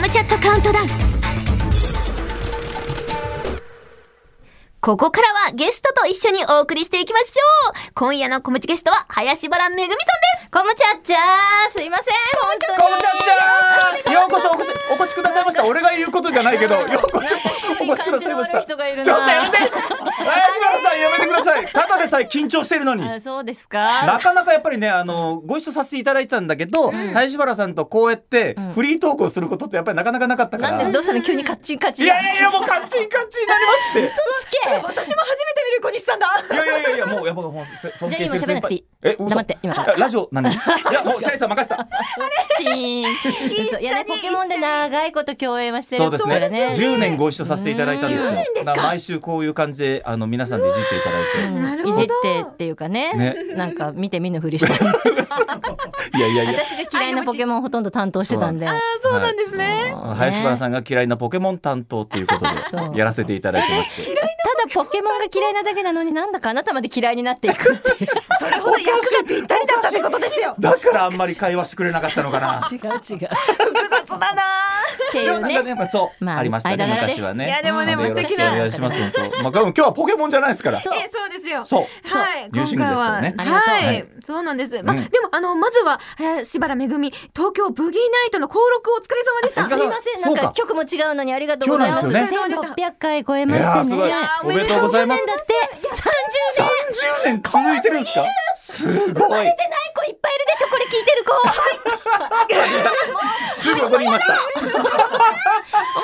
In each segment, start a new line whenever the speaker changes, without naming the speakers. トダウンここからはゲストと一緒にお送りしていきましょう今夜の小餅ゲストは林原めぐみさんですこむちゃっちゃーすいません本当に
こむちゃっちゃんようこそお越しお越しくださいました俺が言うことじゃないけどようこそお越しくださいました
感じの悪い人がいるな
ちょっとやめて林原さんやめてくださいただでさえ緊張してるのに
あそうですか
なかなかやっぱりねあのご一緒させていただいたんだけど、林原さんとこうやってフリートークをすることってやっぱりなかなかなかったから、
なんでどうしたの急にカッチンカッチ
い
ン
やいやいやもうカッチンカッチンになります っ
つけ私も初めて見る小西さんだ
ていやいやいやいやもうやっぱもうせ尊敬してる
じゃあ今喋らなくていい
え嘘
黙って今
あラジオ何いやもうシャリさん任せた
チーン嘘いやねポケモンで長いこと共演はしてる
そうです
か
ね
ら
10年ご一緒させていただいたんですよ
うん10年ですか
だら毎週こういう感じであの皆さんでいじっていただい
うん
なるほど
いじってっていうかね
ね
なんか見て見ぬ ふりして
ていやいやいや
私が嫌いなポケモンほとんど担当してたんで
そう
そうなんですね。
もうね
林原さんが嫌いなポケモン担当ということ
そう
でやらせていただいてまして
ただポケモンが嫌いなだけなのになんだかあなたまで嫌いになっていくっていう
それほど役がぴったりだったってことです よ。
だからあんまり会話してくれなかったのかなっ
違う違うっ
複雑 だな
てい
でも
う
なんか
ね
ねやっぱそう、
まあ
あ、りましたね
間柄です
昔はいね
やでもでも
なの
素敵
よ
な
ろしくお願いします本当まあ今日はポケモンじゃないですから
そ
そう
えそうですよ。
う
はい、
優
今回
秀ですか
は、
らね
は
ありが
い、そうなんです。まあ、
うん
でも、あの、まずは、林原めぐみ、東京ブギーナイトの登録お疲れ様でした。
お疲
す
れ
い
様
ません
そ
な
うんか
か局も違うのにありがとうございます
今日なんです
よね
1600回超えま
いやー
し
す
てね
ごいおめでとうございます
30年だって30年
30年続いてるんですかすごい
出てない子いっぱいいるでしょこれ聞いて る子
すぐ怒りました
生まれてない頃からやってん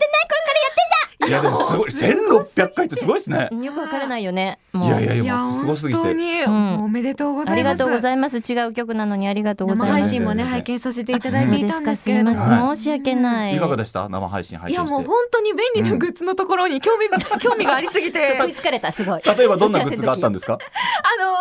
だ
いやでもすごい1600回ってすごいですね
よくわからないよね。もう
いやいやい
い
や
や、
もうすごす
本
ぎ
当
て
に、
ん
おめでとうござ
あ
い
り
ます。
がとうございます。違う曲なのにありがとうご
生
ざいま
配
す。
信もね、拝見させていただいていたんですけれど
そう
も
です。
かすいません
か。申し訳ない。
いかがでした生配信
い
配
や
信
もう
して
本当に便利なグッズのところに興味,、興味がありすぎて あ
食いつかれたすご い。。
例えばどんなグッズがあったんですすか
の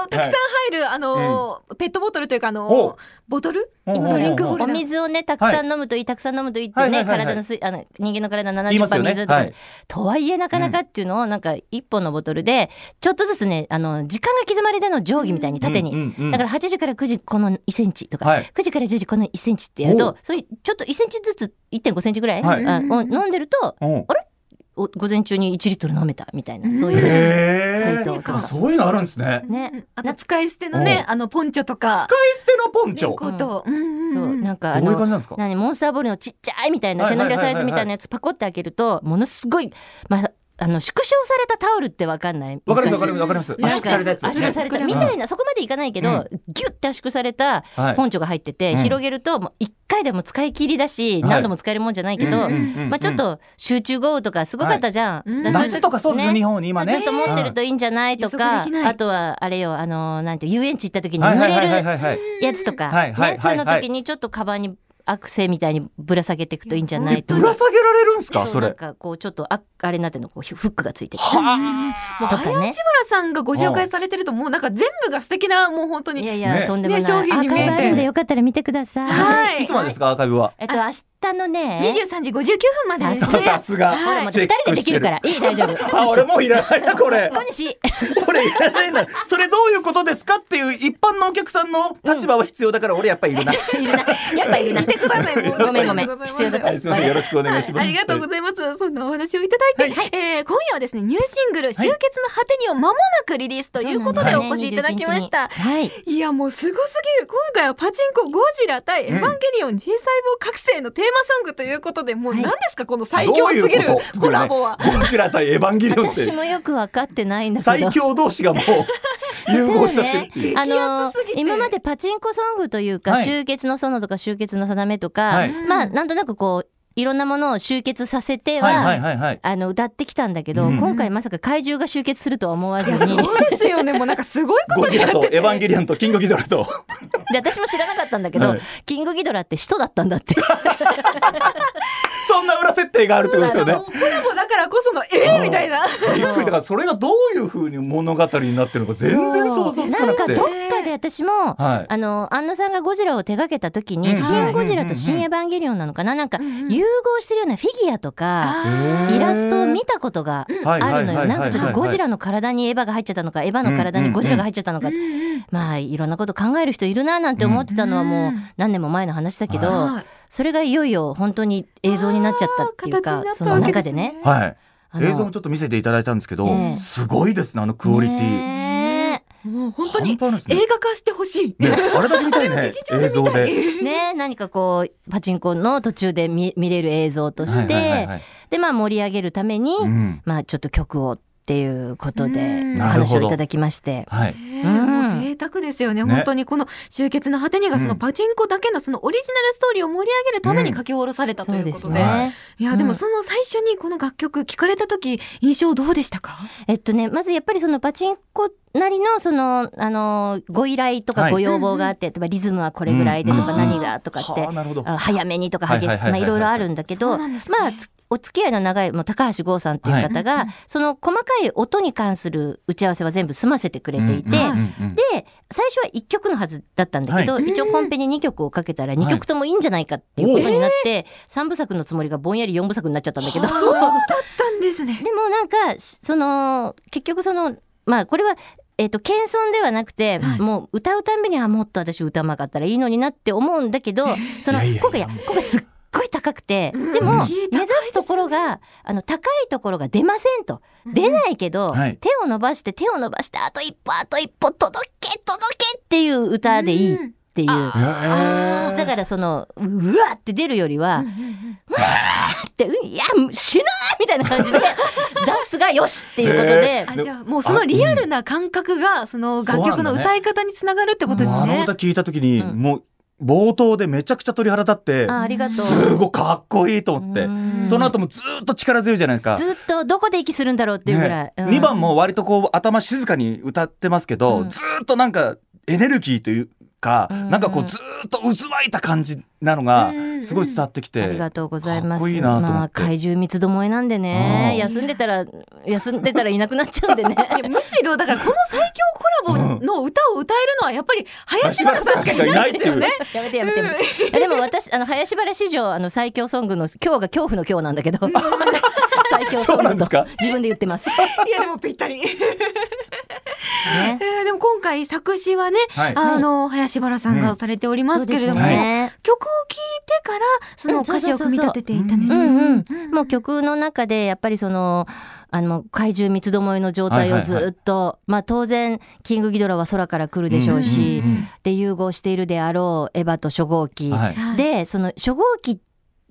たくさん入るあの、ペットボトルというかあ
おう
のボトル
おうおうおう
ドリンクホルダ
お
ー
水をねたくさん飲むといい、たくさん飲むといいってね、
はいはいはいはい
体の水あの人間の体の
言いますよ
70%
ね
水とか、
はい
とはいえなかなかっていうのをなんか一本のボトルでちょっとずつねあの時間が刻まれての定規みたいに縦に、
うんうんうん
だから8時から9時この1センチとか、
はい
9時から10時この1センチってやる
お
と
う
そういうちょっと1センチずつ1.5センチぐらい、
はい
あを飲んでると
うん
お午前中に1リットル飲めたみたいなそういう。
へ
水筒
ー
か
あそういうのあるんですね
ね、
あと使い捨てのねあのポンチョと
使
か
い捨てのポンチョ
レコートうんうん
そう
うん
なんかあ
どういう感
の
じなんですか
何モンスターボールのちっちゃいみたいな
はい
手
はい
の
はいは
ひら
い
サイズみたいなやつパコって開けるとものすごい、まあ、あの縮小されたタオルってわかんない
わかりますわか
昔
りますわかります
な
圧
んか
縮されたやつ
圧縮された
ね
みたいなそこまでいかないけど、
う
ギュッて圧縮された
はい
ポンチョが入ってて、
うん
広げるともう1回でも使い切りだし、
はい
何度も使えるもんじゃないけ
うんう
ど、
んうんうん
まあ、ちょっと集中豪雨とかすごかったじゃん。
はい
だらそういう時
夏とかそうですね日本に今ね
ちょっと持ってるといいんじゃないとか、
うん予測できない
あとはあれよあのなんて遊園地行った時に
はい
濡
はいはいは
れ
い
る
はいはい
やつとか、
はいはい
ね、そういうの
はいはい
時にちょっとカバンにアクセみたいにぶら下げていくといいんじゃないと
ぶ
から
下げられるんですか
う
そ
なん
れ
かこうちょっとああれになってんのこうフックがついてて
は
もう
と
林
かね
原さんがご紹介されてるともうなんか全部が素敵なもう本当
いや
に
いや、
ね
とんでもない、
ね商品に見えて
アーカイブあるんでよかったら見てください。
は
あいつまでですかアーカイブは
えっと明日
二
のね
十三時五十九分までです
さ
ね
さすが
ほらもう
チ
二
ェッ
人で
ク
で
し
き
て
るからいい大丈夫
あ俺もういらないなこれ
小西
これいらないなそれどういうことですかっていう一般のお客さんの立場は必要だから俺やっぱりいる な
小西いるなやっぱいるな
見てくださいもう
ごめんごめん必要だった
はいすみませんよろしくお願いします
ありがとうございます。そんなお話をいただいて、えー今夜はですね、ニューシングル、終結の果てにを間もなくリリースということで
そうなん
お
です
越しいただきまし
21
た
日。にはい
いや、もうすごすぎる。今回はパチンコゴジラ対エヴァンゲリオン G 細胞覚醒のテーマソングということで、もう
はい
何ですか、この最強すぎるコラボは。
どちら対エヴァンゲリオンっ
私
て
もよく分かってないんだけど
最強同士がもう融 合しちゃってるっていう、
例えばねあ
激
の
アツすぎて
今までパチンコソングというか、
はい
終結の園とか終結の定めとか、
はい
まあなんとなくこういろんなものを集結させては、
はいはいはいはい
あの歌ってきたんだけど、
うん
今回まさか怪獣が集結するとは思わずに
そうですよね、もうなんかすごいこと
ゴジラとエヴァンゲリオンとキングギドラ と
で私も知らなかったんだけど、
はい
キングギドラって使徒だったんだって
そんな裏設定があるってことですよね
もうコラボだからこその、えー、みたいな。
びっくりだからそれがどういう風に物語になってるのか全然想像つか
な
なんく
か
て
どっかで私も、
はい
あの安野さんがゴジラを手掛けた時に、
うん
新ゴジラと新エヴァンゲリオンなのかな、なんか
んうん
融合してるようなフィギュアとか、
あー
イラストを見たことが
はい
あるの
は
よ。
い
な
はいはいは
ん
い
かちょっとゴジラの体にエヴァが入っちゃったのか、エヴァの体にゴジラが入っちゃったのか、まあいろんなこと考える人いるななんて思ってたのはもう何年も前の話だけど、
はい
それがいよいよ本当に映像になっちゃったっていう
あー
か
形になった
その中でね
わけす
はい。
あの
映像もちょっと見せていただいたんですけど、
ええ
すごいですね、あのクオリティ。
ね
もう本当に
半端ないで
映画化してほしい。
すねねあれだけ見 たいね、映像で。
えねえ何かこうパチンコの途中で見見れる映像として、
はいはいはいはい
でまあ盛り上げるために、
うん
まあちょっと曲をっていうことで
うん
お
なる
話
ほ
を
ど
いただきまして
は
ね
い。
うん
もう贅沢ですよね
ね
本当にこの「終結の果てに」がそのパチンコだけのそのオリジナルストーリーを盛り上げるために書き下ろされたと
そう
いう
で
こ
す
とで,、
ね。
いやで
う
も
ん
その最初にこの楽曲聞かれた時印象どうでしたか、
えっとね、まずやっぱりそのパチンコなりのその、あの、ご依頼と
は
か
い
ご要望があって、例えばリズムはこれぐらいでとか
うん
何がとかって、
はあなるほど。
あの早めにとか
はい
激
はい
し
はい
く、
はい
まあいろいろあるんだけど、
そう
ま
なんですね
あ、つお付き合いの長いもう高橋剛さんっていう方が、
はい
その細かい音に関する打ち合わせは全部済ませてくれてい
う
て、
んうんうんうん
で、最初は1曲のはずだったんだけど、
は
一応コンペに2曲をかけたら2曲ともいいんじゃないかっていうことになって、3部作のつもりがぼんやり4部作になっちゃったんだけど。
たんですね。
でもなんかしその結局そのまあこれはえっ、と謙遜ではなくて、
はい
もう歌うたんびにあもっと私歌うまかったらいいのになって思うんだけどそ
い
の
やいやいや
今回や今回すっごい高くて
うん
で
うん
も
高いですよね
目指すところがあの高いところが出ませんと出ないけど、
はい
手を伸ばして手を伸ばしてあと一歩あと一歩届け届けっていう歌でいいっていう。
へー
だからそのううわって出るよりは、って、うんいや、死ぬみたいな感 じで、出すがよしっていうことで、
あじゃあもうそのリアルな感覚がその楽曲の歌い方につながるってことです
もうあの
ね。
歌聞いた時に、
うん
もう冒頭でめちゃくちゃ鳥肌立って
あありがとう。
すごいかっこいいと思って
うん
その後もずーっと力強いじゃないですか。
ずっとどこで息するんだろうっていうぐらい。
ね
うん
2番も割とこう頭静かに歌ってますけど、
うん
ずーっとなんかエネルギーというか、
うん
なんかこうずーっと渦巻いた感じなのが
うん
すごい伝わってきて、
ありがとうござい
か
ます。
っこいいなと思って
まあ、怪獣三つどもえなんで
う
ね
ん、
休んでたら、休んでたらいなくなっちゃうんでね。
いやむしろだからこの最強コラボの歌を歌えるのはやっぱり林原さんしかいないん ですよね。
やめてやめて。やめていやでも私、あの、林原史上、あの、最強ソングの、今日が恐怖の今日なんだけど、 最強ソ
そうな
ン
んで
グ
す
と
か
自分で言ってます。
いやでもぴったり。
ね。
えーでも今回作詞はね、
はい
あの林原さん
う
が
ん
されておりますけれども、
そうです
ね
曲を聴いてからその歌詞を組み立てていったんです
う
ね。
んうん、もう曲の中でやっぱりそのあの怪獣三つどもえの状態をずっと、まあ、当然「キングギドラ」は空から来るでしょうし、
うんうん
で融合しているであろうエヴァと初号機、
はい
はい、
でその初号機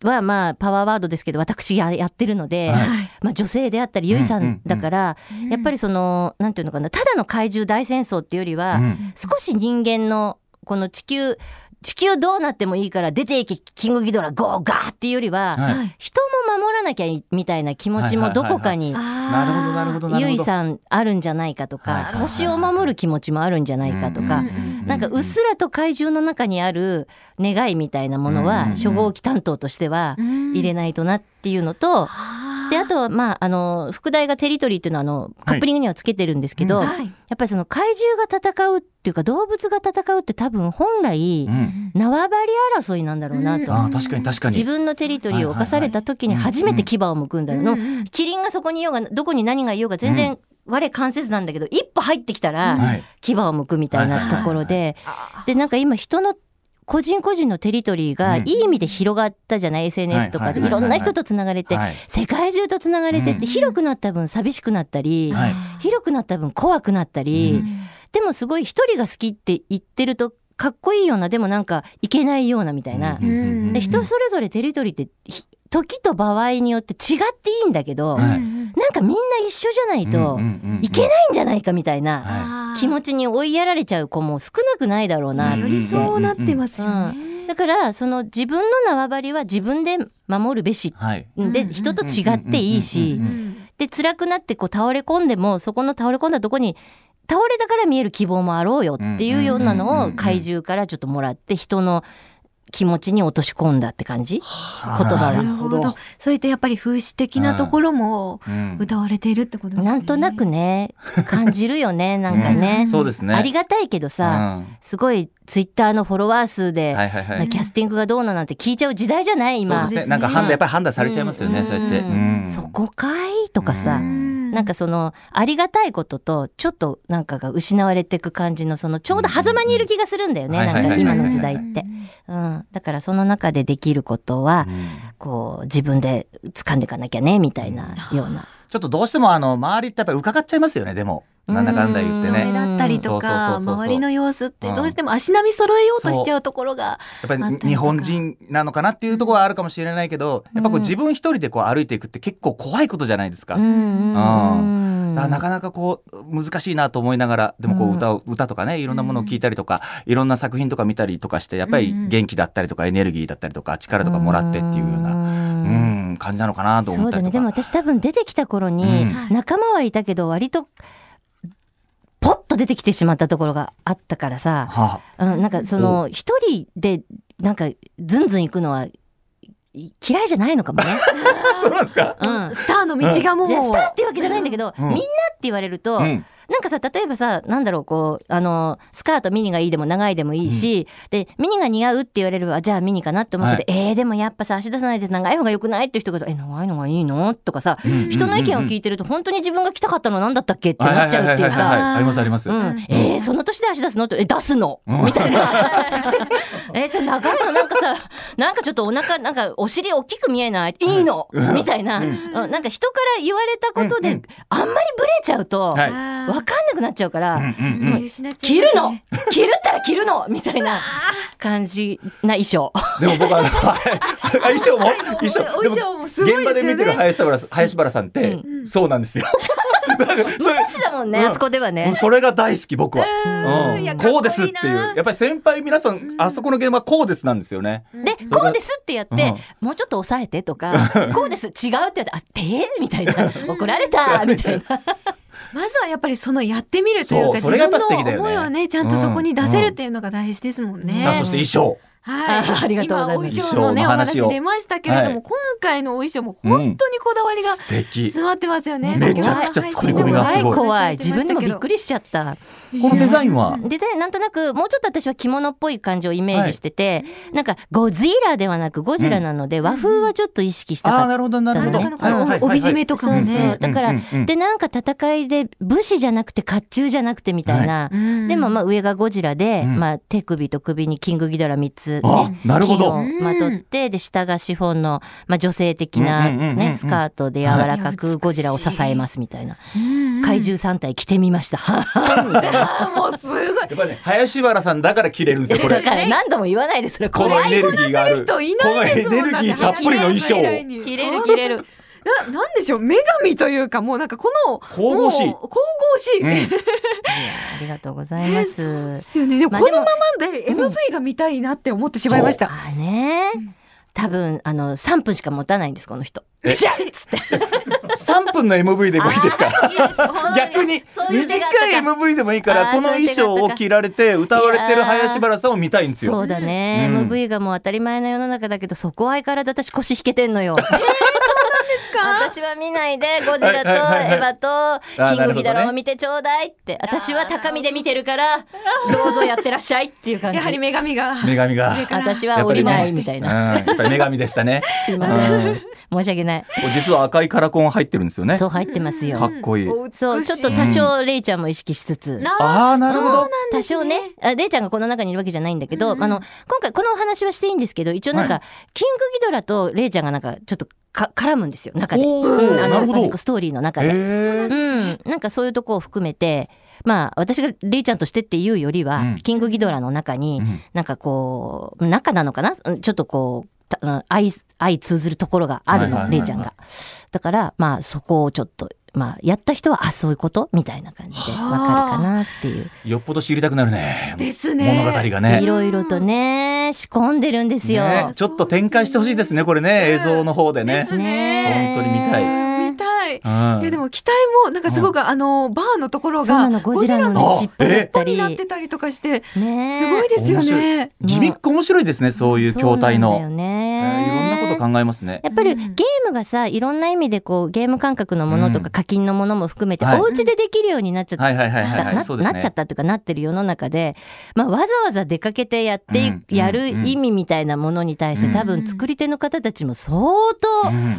はまあパワーワードですけど私がやってるので、
は
は
い
い
まあ、女性であったりゆいさんだから、やっぱりそのなんていうのかなただの怪獣大戦争っていうよりは、
うん
少し人間のこの地球地球どうなってもいいから出ていけキングギドラゴーガーっていうよりは、
はい
はい
人も守らなきゃいみたいな気持ちもどこかに
なるほどなるほどなるほど
ゆいさんあるんじゃないかと
はいはい
か
はい
星を守る気持ちもあるんじゃないかと
う
か
んうん
なんかうっすらと怪獣の中にある願いみたいなもの
うん
は初号機担当としては入れ
な
ないとなっていうのとであとはまああの副題がテリトリーっていうのはあのカップリングにはつけてるんですけど
は
や
はい、
っぱりその怪獣が戦うっていうか動物が戦うって多分本来
うん
縄張り争いなんだろうなと
あー確かに確かに
自分のテリトリーを侵された時に初めて牙をむくんだの、
うん
キリンがそこにいようがどこに何がいようが全然我関節なんだけど一歩入ってきたら
はい
牙をむくみたいなところででなんか今人の個人個人のテリトリーが
う
い
ん
い意味で広がったじゃない SNS とかで
はいは
い
いはいはい
ろんな人とつながれて
はい
世界中とつながれてっ
うん
て広くなった分寂しくなったり
はい
広くなった分怖くなったり
うん
でもすごい一人が好きって言ってるとかっこいいようなでもなんかいけないようなみたいな
うんうんうん
で人それぞれテリトリーってひ時と場合によって違っていいんだけど、
はい
なんかみんな一緒じゃない
うんうん
と
うんうん
いけないんじゃないかみたいな
は
気持
ち
ちに追いやられちゃう子も少なくないだろうなっ
ん
よ
て。
りそうなってますよね。
だからその自分の縄張りは自分で守るべし
はい
ん
で人と違っていい
うん
し
うんうん
で辛くなってこう倒れ込んでもそこの倒れ込んだとこに倒れたから見える希望もあろうよっていうような
うんうんうん
の
う
を
ん
怪獣からちょっともらって人の気持ちに落とし込んだって感じ葉が
な
な
る
る
ほ
ほ
ど
ど。そういったやっぱり風刺的なところも
うん
歌われているってことですね。
なんとなくね感じるよねなんかね。
そうですね
ありがたいけどさ、
うん
すごいツイッターのフォロワー数で、
はいはいはい
なキャスティングがどうななんて聞いちゃう時代じゃない
そう
今
です
で
ね。
すね
なんか判断やっぱり判断されちゃいますよね。
うん
そうやって。
うん
うん
そこかいとかさ、
うん
なんかそのありがたいこととちょっとなんかが失われていく感じのそのちょうど狭間にいる気がするんだよね、
うん
なんか今の時代って
う、
うん、だからその中でできることはこう自分で掴んでいかなきゃねみたいなような、
ちょっとどうしてもあの周りってやっぱり伺っちゃいますよねでもなんだかんだ言って
う
ね
ん
嫁
やっ
だったりとか
そうそうそうそう
周りの様子ってどうしても足並み揃えようとしちゃうところが
ぱ
あったり
り
とか
日本人なのかなっていうところはあるかもしれないけどやっぱこう自分一人でこう歩いていくって結構怖いことじゃないですか。
うんうん
あなかなかこう難しいなと思いながらでもこ
うん
う歌を、歌とかねいろんなものを聞いたりとか、いろんな作品とか見たりとかしてやっぱり元気だったりとかエネルギーだったりとか力とかもらってっていうような、うんん、感じなのかなと
そ
思っ
う
た
だ
り
ね
と
で
か。
も私多分出てきた頃
う
に、
ん
仲間はいたけど割とポッと出てきてしまったところがあったからさ、
は
うん、なんかその一人でなんかずんずん行くのはい嫌いじゃないのかもね。
あ、 そうなんですか。
うん
スターの道がもう
でスターっていうわけじゃないんだけど、
うん
みんなって言われると、
うん、
なんかさ例えばさなんだろうこうあのスカートミニがいいでも長いでもいいし、でミニが似合うって言われればじゃあミニかなって思うけど、えー、でもやっぱさ足出さないで長い方が良くないっていう人が「え長いのがいいの?」とかさ人の意見を聞
い
いてると本当に自分が来たかったのは何だったっけってなっちゃうってい
はいはいはい
う
はい
か。
ありますあります。
う
うん
ん、えー、その年で足出すのってえ出すのみたいな えー、それ長いのなんかさなんかちょっとお腹なんかお尻大きく見えないいいのみたいな、うん、なんか人から言われたことで、
うんうん
あんまりブレちゃうと、
はい
わかんなくなっちゃうから、
うんうん
見失っちゃい
着
ま
る
すね
の着るったら着るのみたいな感じな衣装。
でも 僕はあのはい衣装も衣装
お 衣装もすごいですよね
現場で見てる林原さん林原さんって、そうなん ですよ。なんかそ
武
れ
蔵だもんね、
うん
あそこでは
もう
ね。
それが大好き僕は、
うんいや
うん、こうですっていう
かっこいいな
やっぱり先輩皆さんあそこの現場はこうですなんですよね、
で、
が
こうですってやって、もうちょっと抑えて とか、こうです、違うってやって、あ、てーみたいな、怒られたみたいな。
まずはやっぱりそのやってみるというか
そうそ
自
れがや
分
っぱ素敵だ
の
よね
思いをねちゃんとそこに出せるっていうのが大事ですもんね。
うん
さあそして衣装
はい、
あありがとうございます
今お衣装のねお
衣装の話
話
を
出ましたけれども、
はい
今回のお衣装も本当にこだわりが
素敵
詰まってますよね。
うんめちゃくちゃ作り込みが
怖
す
い
ご
怖い。自分でもびっく
り。
りしちゃった。
このデザインは
デザインなんとなく、もうちょっと私は着物っぽい感じをイメージしてて、なんかゴジラではなくゴジラなので、和風はちょっと意識した
あ
か
あ
っ
なるほどなるほど
なんかあの
はいはいはい
帯締めとかもね
そうそう
だから
うんうんうん
でなんか戦いで武士じゃなくて甲冑じゃなくてみたいな、
うん
でもまあ上がゴジラで、
うん
まあ、手首と首にキングギドラ3つ
あ
ね
なるほど
金をまとってで下がシフォンの、まあ、女性的な、
うんうんうんうんう
ね、
ん
スカートで柔らか
はい
くゴジラを支えますみたいな
うんうん
怪獣3体着てみ ました。
あもうすごい。
やっぱりね林原さんだから着れるんですよ こ
だ
れ
から何度も言わないでそれ
こ
こ
の
れ
エネルギーがある
人いないですもん
このエネルギーたっぷりの衣装
だって
を
着れる着れる。
ななんでしょう女神というかもうなんかこの
神々しい
もう神々しい。
うん
ありがとうございます。
ですよね。でも
まあ
こ
で
の
も
ままで MV が見たいなって思ってしまいました。
あね、多分あの3分しか持たないんですこの人。
え
じゃっつ って。
3分の MV でもいいですか逆に短い MV でもいいか
あ
ら
ー
この衣装を着られて歌われてる林原さんを見たいんですよ
そうだね、
うん
MV がもう当たり前の世の中だけどそこは相変わらず私腰引けてんのよ。私は見ないでゴジラと
はいはいはいはい
エヴァ
あ
とキン
なる
グギド
ほど
ラ
ね
を見てちょうだいって、私は高みで見てるからどうぞやってらっしゃいっていう感じ
やはり女神が。
女神が
私は降りないみたいな、
うんやっぱり女神でした ね。
すいません
うん
申し訳ない
実は赤いカラコン入ってるんですよね。
そう入ってます
か
よ
っこいい。
お美し
そうちょっと多少レイちゃんも意識しつつ
な
ああ、なるほど。
多少ねあレイちゃんがこの中にいるわけじゃないんだけど、あの今回このお話はしていいんですけど一応なんか、
は
キングギドラとレイちゃんがなんかちょっとか絡むんですよ中で、
おお、
うんあ
なる
の
ほ
パニッ
ど
ク。ストーリーの中で、
ええ。
うん、なんかそういうとこを含めてまあ私がレイちゃんとしてっていうよりは、
うん
キングギドラの中に、
うん
なんかこう中なのかなうんちょっとこうたうん愛愛通ずるところがある
はい
の
はいはい
レ
はい
イちゃんがだからまあそこをちょっとまあやった人はあそういうことみたいな感じでわかるかなっていう
よっぽど知りたくなるね。
ですね。
物語が
でい
ね。
ろいろとね仕込んでるんですよ。
ねちょっと展開してほしいですね、これね、映像の方でね。
ね
ね
本当に見たい
見たい。い
うん
やでも期待もなんかすごくあのバーのところ
そうな
が
のゴジラのね
ゴジ
尻
ラの
尾だった
パに
り
なってたりとかしてす
ね
ごいですよね。
ギミック面白いですね、そういう筐体
そうなんだよ
の。えーいろんなこ
ね
と考えますね。
やっぱり
う
ゲ
ん
ームがさ、いろんな意味でこう、ゲーム感覚のものと
うん
か課金のものも含めて、
はい
お家でできるようになっちゃった。
はいはいはいはい、は、
ない
そうですね。
なっちゃったというかなってる世の中で、まあ、わざわざ出かけてやってい、
うん
やる意味みたいなものに対して、
うん
多分作り手の方たちも相当、
う
もうん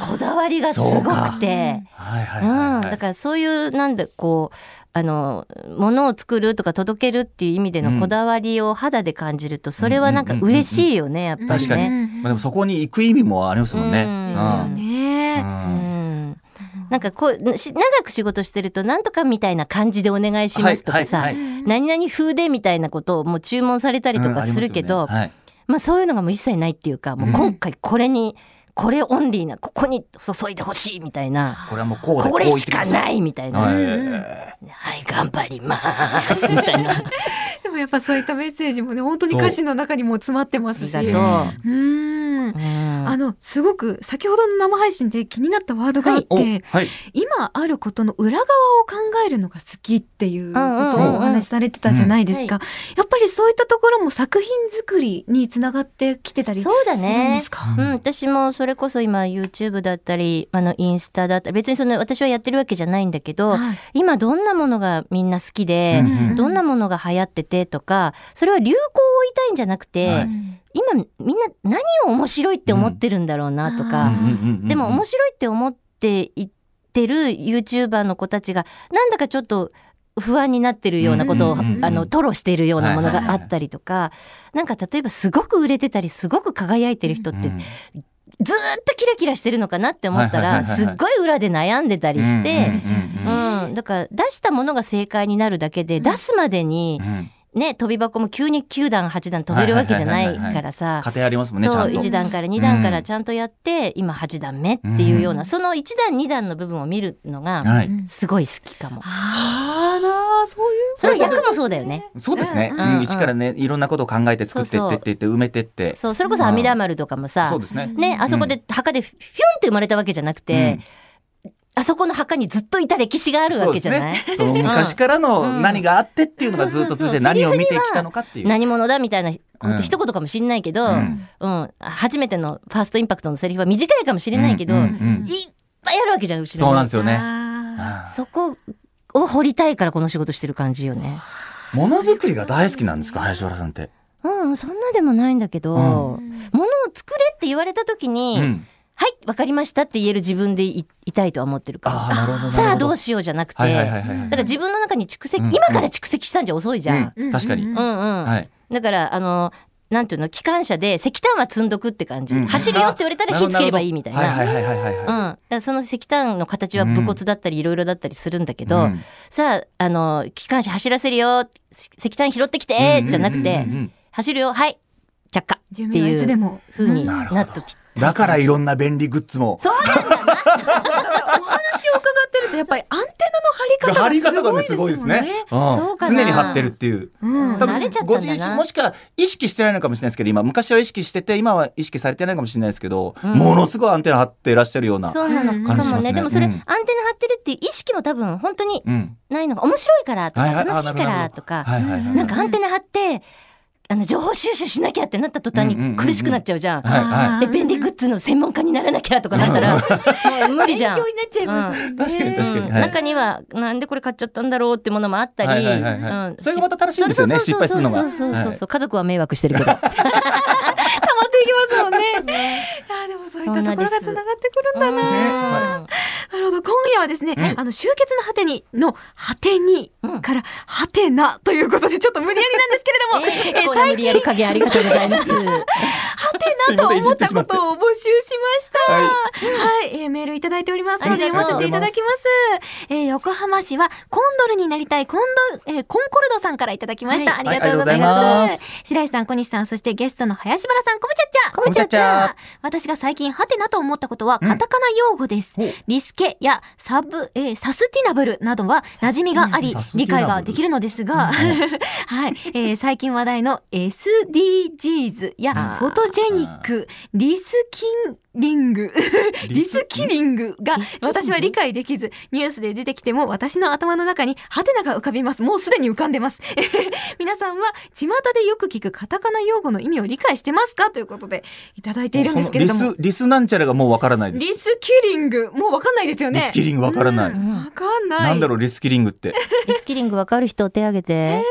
こだわりがすごくて。
はいはいはい、
う
は
ん、
い
だからそういうなんでこうあのものを作るとか届けるっていう意味で
うん
のこだわりを肌で感じるとそれはなんか嬉しいよねやっぱり
確かに
ね。
まあ、でもそこに行く意味もありますもんね。
で
うん
す
あ
よ
あ
うん
ね。
うん
うんなんかこうし長く仕事してるとなんとかみたいな感じでお願いしますとかさ、
はいはいはい
何々風でみたいなことをもう注文されたりと
うんあ
か
りますよね
るけど、
はい
まあそういうのがもう一切ないっていうか、もう今回これに、これオンリーな、ここに注いでほしいみたいな、
これはもうこうで
これしか
い。
ないみたいな、は、
はいい
うん
頑張りますみた いな。
でもやっぱそういったメッセージもね、本当に歌詞の中にも詰まってますし。
あり
う
がと
ー
う。
ん。
うん
あの、すごく先ほどの生配信で気になったワードがあって、
おはい。
今あることの裏側を考えるのが好きっていうこと
うんうんうんう
を
ん
お話しされてたじゃないですか。やっぱりそういったところも作品作りにつながってきてたりする
そうだ
んで
ね
す。か
うん、私もそれこそ今 YouTube だったりあのインスタだったり別にその私はやってるわけじゃないんだけど
はい
今どんなものがみんな好きで、
うん
うん
どんなものが流行っててとかそれは流行を追いたいんじゃなくて、
はい
今みんな何を面白いって思ってるんだろうなと
うん
か、
あ
でも
白
面白いって思っていってる YouTuber の子たちがなんだかちょっと不安になってるようなことを、
うんうんうんうん
あの吐露しているようなもの
はいはい
が
は
あ
い
ったりとか、なんか例えばすごく売れてたりすごく輝いてる人って、ずーっとキラキラしてるのかなって思ったら、
はいはいはいはい
すっごい裏で悩んでたりして、
ですよね
うんだから出したものが正解になるだけで、出すまでに、ね、飛び箱も急に9段8段飛べるわけじゃないからさ、
家庭ありますもんね、ちゃ
そうん
と。
1段から2段からちゃんとやって、今8段目っていうような、その1段2段の部分を見るのが
はい。
すごい好きかも。
あーなーそういう
それは役もそうだよね。
そうですね。
うん
うん一からね、いろんなことを考えて作って
そう
って
そう
ってって埋めてって。
そうそれこそ阿弥陀丸とかもさ
そう、ですね。
ね、あそこで墓でフィュンって生まれたわけじゃなくて、あそこの墓にずっといた歴史があ
あ
るわけじゃない、
その昔からの
うん
何があってっていうのがずっと通じて
うんそうそうそう
何を見てきたのかっていう。
何者だみたいな
うん
一言かもしんないけど、う
うんん
初めてのファーストインパクトのセリフは短いかもしれないけど、
うんうん
うん
いっぱいあるわけじゃん後ろに
そうなんですよね。
あ
あ
そこを掘りたいからこの仕事してる感じよね。
ーものづくりが大好きなんですか、林原さんって。
うん、そんなでもないんだけど、
うん
ものを
ー
作れって言われた時に、
うん
はい、わかりましたって言える自分でいいたいとは思ってるか
ああ、なるほど。
ら。さあどう
し
しようじゃなくて、
はいはいはいは
だ
い。
から自分の中に蓄積、
うん
今から蓄積したんじゃ遅いじゃん。
うん確かに
うん、うん、
はい。
だから、あの、なんていうの、機関車で石炭は積んどくって感じ。
うん
走るよって言われたら火つければいいみたい
はい
な。
はいはいはいはい
うん、だ
はい。
からその石炭の形は武骨だったりいろいろだったりするんだけ
け
ど、さああの機関車走らせるよ石石炭拾ってきてじゃなくて走るよはい着火
寿命はいつでも
風に
なるほど
なっとき
だからいろんな便利グッズも。
そうなんだ
お話を伺ってるとやっぱりアンテナの張
貼
り
り
方
方が
が
ね
す
す
ご
ご
い
い
で
ですす
もんね。
ね。
そうかな
常に貼ってるっていう。
うん
多
慣れ
分
ちゃったんだ
ご
な
自身もしか意識してないのかもしれないですけど今昔は意識してて今は意識されてないかもしれないですけど、
うん
ものすごいアンテナ張ってらっしゃるような。
そうなのか
感じし
も
ます
ね
ね
でもそれ、
うん
アンテナ張ってるっていう意識も多分本当に
うん、
ないのが面白いからとか、
はいはい
楽しいからとか、
はいはいはい、
なんかアンテナ張ってあの情報収集しなきゃってなった途端
うんうんうんう
に
ん
苦しくなっちゃうじゃん。
はいは
で便利グッズの専門家にならなきゃとかなっ たらもう無理じゃん。
になっちゃいす
い、確かに確かに、
うん
はい
中にはなんでこれ買っちゃったんだろうってものもあったり、
はいはいはいはい
うん
それがまた楽しいんですよね
そうそうそうそうそうそうそうそう家族は迷惑してる けど
溜まっていきますもんね。あーでもそういったところが繋がってくるんだな。
は
なるほど。今夜はですね、
うん
あの、集結の果てにの果てに
うん
から果てなということで、ちょっと無理やりなんですけれども、
えー結構な無理やり加減ありがとうございます。
果てなと思ったことを募集しま
はい
した。はい、えーメールいただいておりますので
あ
読
りが
ま
とう
せていただきます。えー横浜市はコンドルになりたいコンドル、えーコンコルドさんからいただきました。
はい
ありがとうござい
ありがとうござ
ま
い
す
ま。
白石さん、小西さん、そしてゲストの林原さん、こむちゃっちゃ。
こむちゃっちゃ
私が最近ハテナと思ったことは
うん
カタカナ用語です。
ほう
リスケやサブ、えーサスティナブルなどは馴染みがあり
サス、ティナブル
理解ができるのですが、 はい、えー最近話題の SDGs や
あー
フォトジェニック、リスキンリングリスキ
ン
リングが
リスキリング
私は理解できずニュースで出てきても私の頭の中にハテナが浮かびますもうすでに浮かんでます 皆さんは巷でよく聞くカタカナ用語の意味を理解してますかということでいただいているんですけれ
リ
ども
ス、リスなんちゃらがもうわからないです。
リスキリングもうわかんないですよね
リスキリングわからない。
うんわかんない
なんだろう、リスキリングって。
リスキリングわかる人手挙げて。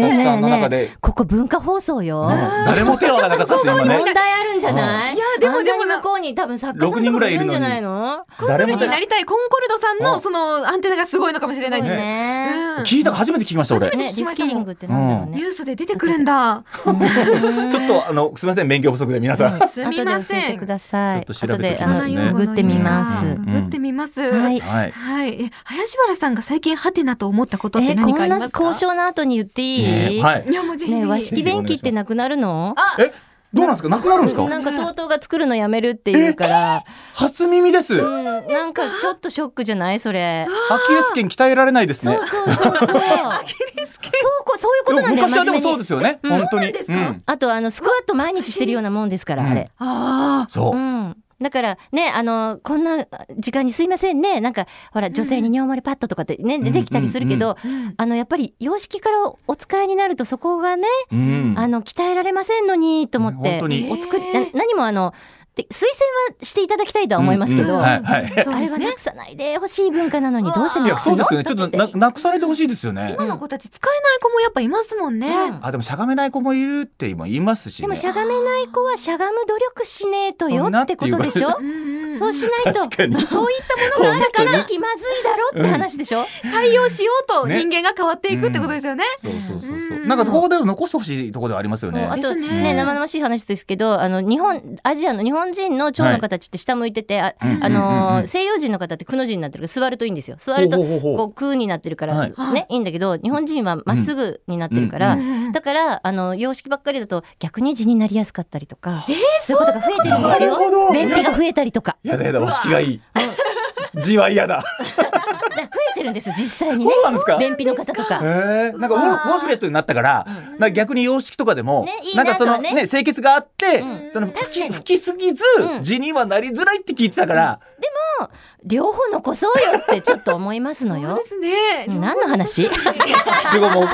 たくさんの中で、ね
ここ文化放送よ。
誰も手を挙がなかったですよ、今ね。
問題あるんじゃない
いやでも
あんなに
でもな
向こうに多分作家さんとかいるんじゃないの
誰
コンコル
も手
になりたいコンコルドさん
うん
のそのアンテナがすごいのかもしれないですね
ね
うん
聞いた、初めて聞きました、俺。
初め
ち
て
ね
聞きま
リス
したもん
キリングってなんだろう
ニ
ね
ュ。ースで出てくるんだ
ち
ょっと、あの、すみません、勉強不足で皆さん。
すみませ
後で教えて
ん
ください。
ちょっと調べて
後で
き
あ
ま
の
すね
ググってみます。
うん
ググってみます。
はい。
はい。
はい。え林原さんが最近ハテナと思ったことっ
え
て
ー、
何か
こ
あ
ん
り
な
ますか。
交渉の後に言ってい
ね
い？。
はいい。
いやもうぜひ
ね和
ぜ
式
ひ。
便器ってなくなるの？
え、どうなんですか、なくなるんです
な
か。
んかとうとうが作るのやめるっていうから、
初耳です。ア
うんなんかちょっとショックじゃないそれ。
キレス腱鍛えられないです
そ
ね
う。そう そうそう。そうこそういうこと
で
なん
も
だよ。
昔はでも
真
そ
面
うで
目に
すよね。
うん
本当に。
そうなんですか
うん
あとあのスクワット毎日してるようなもんですから
うん
あれ。
あ
そうう。
ん。だからね、あの、こんな時間にすいませんね。なんか、ほら、女性に尿漏れパッドとかってね、出てきたりするけど、
あ。うん
あの、やっぱり、様式からおお使いになると、そこがね、
うん
あの、鍛えられませんのに、と思っ
ね
て。
本当に
お作り、
へ
な
ー
何もあの、で推薦はしていただきたいとは思いますけ
うん
ど、
うんはいはい
そう
あ
で
れ
す
は
ね
な。くさないでほしい文化なのに、どうせ
い
な
や、
くす
そう
の
ですよね。ちょっとな、なくされてほしいですよね。
今の子たち使えない子もやっぱいますもん
う
ね
ん。
あ、でもしゃがめない子もいるって今言いますし
で
ね
も、し。ゃがめない子はしゃがむ努力しねえとよってことでしょ
うんうんうん
そうしないと、
確かに。
そういったものがある
そ
か
う本当
ら
に
気まずいだろって話でしょ、
対応しようと
ね
人間が変わっていくってことですよね。
そうそうそうそうう。
ん
なんかそこで残してほしいところではありますよね。
あ
は
で
と
す
ね
ね
生々しい話ですけどあの日本アジアの日本人の腸の形って下向いてて、あ
うんう
あ
んうんう
の
ん
西洋人の方ってくの字になってるから座るといいんですよ座ると
ほうほうほう
こう空になってるから、
はい
ねいいんだけど日本人はまっすぐになってるから、
うん
うんうんうん
だからあの様式ばっかりだと逆に字になりやすかったりとか、そういうことが増えてるんです
なるほ
よ
ど
便秘が増えた りとか
やだやだ、和式がいい。字は嫌だ。
だから増えてるんですよ実際にね
そうなんですか
便秘の方とか。
へえなんかウォウォシュレットになったから、なんか逆に様式とかでも、
ねいい
な
なん
かその
とはね
ね清潔があって、
うん
その
確か
吹
に
き吹きすぎず、
ん
字にはなりづらいって聞いてたから、
両方残そうよってちょっと思いますの
そう
よ
で。すね。
うん何の話
すごいもう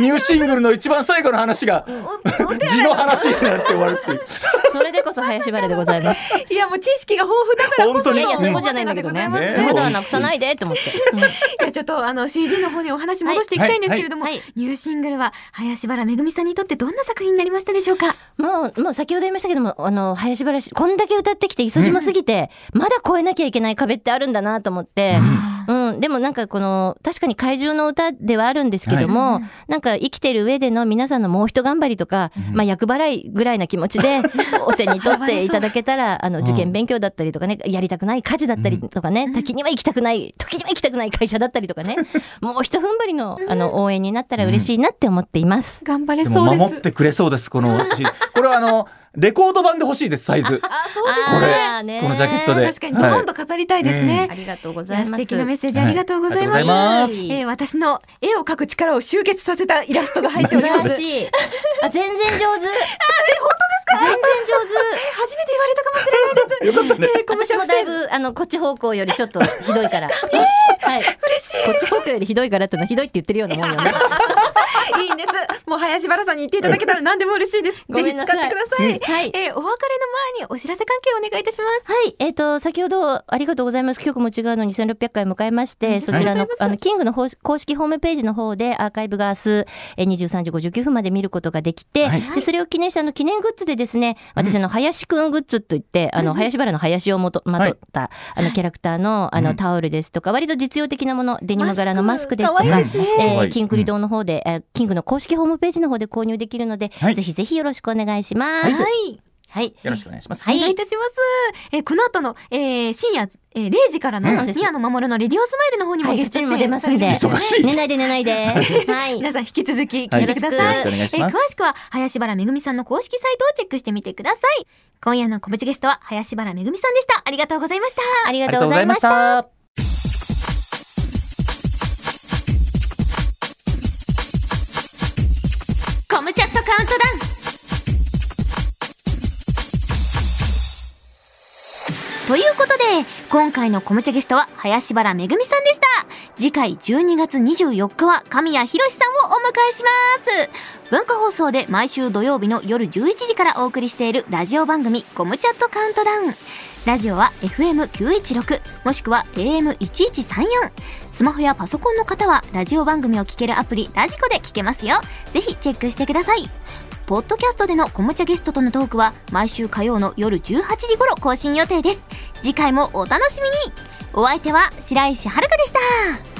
ニューシングルの一番最後の話が 字の話になって終わるっていう。
それでこそ林原でございます。
いやもう知識が豊富だからこ
本当
そ
に
い
の
やいやそういうことじゃないんだけどね。
う
ま
ね
だはなくさないでって思って。
いやちょっとあの CD の方にお話戻していきたいんですけれども、
はいはい
ニューシングルは林原めぐみさんにとってどんな作品になりましたでしょうか。
もうもう先ほど言いましたけどもあの林原氏こんだけ歌ってきて磯島すぎて、まだ越えなきゃいけない壁ってあるんだなと思って。うん、でもなんかこの確かに怪獣の歌ではあるんですけども、なんか生きてる上での皆さんのもう一頑張りとか、まあ厄払いぐらいな気持ちでお手に取っていただけたらあの受験勉強だったりとかねやりたくない家事だったりとかね、滝には行きたくない時には行きたくない会社だったりとかねもう一踏ん張りのあの応援になったら嬉しいなって思っています。
頑張れ
でも
そうで
守
す
っ。てくれそうですこの字。これはあのレコード版で欲しいですサイズ。
あ、そうです
これ
あーね
このジャケットで
確かにドーンと飾りたいですね。
はい
ありがとうご
い
ざ
や
い
素
ます。
敵なメッセージありがとうございます。
はいありがとうございます
えー私の絵を描く力を集結させたイラストが入っております。えー初めて
しい。あ、全然上手。あ、本当ですか全然
言われたかもしれないです。
よかったね。
えーこの
上手。
写
私も
真
だいぶ、あの、こっち方向よりちょっとひどい から。はい。
嬉
こっち方向よりひどいからってのはひどいって言ってるようなも んよね。
しい。いいんです。もう林原さんに言っていただけたら何でも嬉しいです。ぜひ
ご
使っ
め
て
ん
くだ
な
さ
さ
い
い。うんはい
えーお別れの前にお知らせ関係をお願いいたします。
はい、えっ、と、先ほどありがとうございます。曲も違うの2600回迎えまして、そちらの、あの、キングの方公式ホームページの方でアーカイブが明日、えー23時59分まで見ることができて、
はい
でそれを記念したあの記念グッズでですね、私あの、林くんグッズといって、あの、林原の林をもと、まとった、あの、キャラクターの、あ
う
の、
ん
タオルですとか、割と実用的なもの、デニム柄のマスクですと
マスク可
か、
愛いですね
え
は
ー
い
キンクリ堂の方で、えーキングの公式ホームページの方で購入できるので、
はい
ぜひぜひよろしくお願いします。。
はい
はい。
よろしくお願いします。
はい
お願いいたします。えーこの後の、えー深夜、えー0時からの
そうなんです
宮野真守のレディオスマイルの方にも
はい、
ゲ
そっ
スト
ちに
出
も出ま
演
す
され
ん
る
で。
んですよね
忙しい
寝ないで寝 ないで。はい。
皆さん引き続き聞い
はい
てください。
よろしくお願いします
えー詳しくは林原めぐみさんの公式サイトをチェックしてみてください。今夜の小口ゲストは林原めぐみさんでした。ありがとうございました。
あり
あ
が
りがと
とう
う
ご
ご
ざ
ざ
い
い
ま
ま
し。
したた。
コムチャットカウントダウンということで、今回のコムチャゲストは林原めぐみさんでした。次回12月24日は神谷博さんをお迎えします。文化放送で毎週土曜日の夜11時からお送りしているラジオ番組コムチャットカウントダウン。ラジオは FM916 もしくは AM1134。スマホやパソコンの方はラジオ番組を聞けるアプリラジコで聞けますよ。ぜひチェックしてください。ポッドキャストでのコムチャゲストとのトークは毎週火曜の夜18時頃更新予定です。次回もお楽しみにお相手は白石遥でした。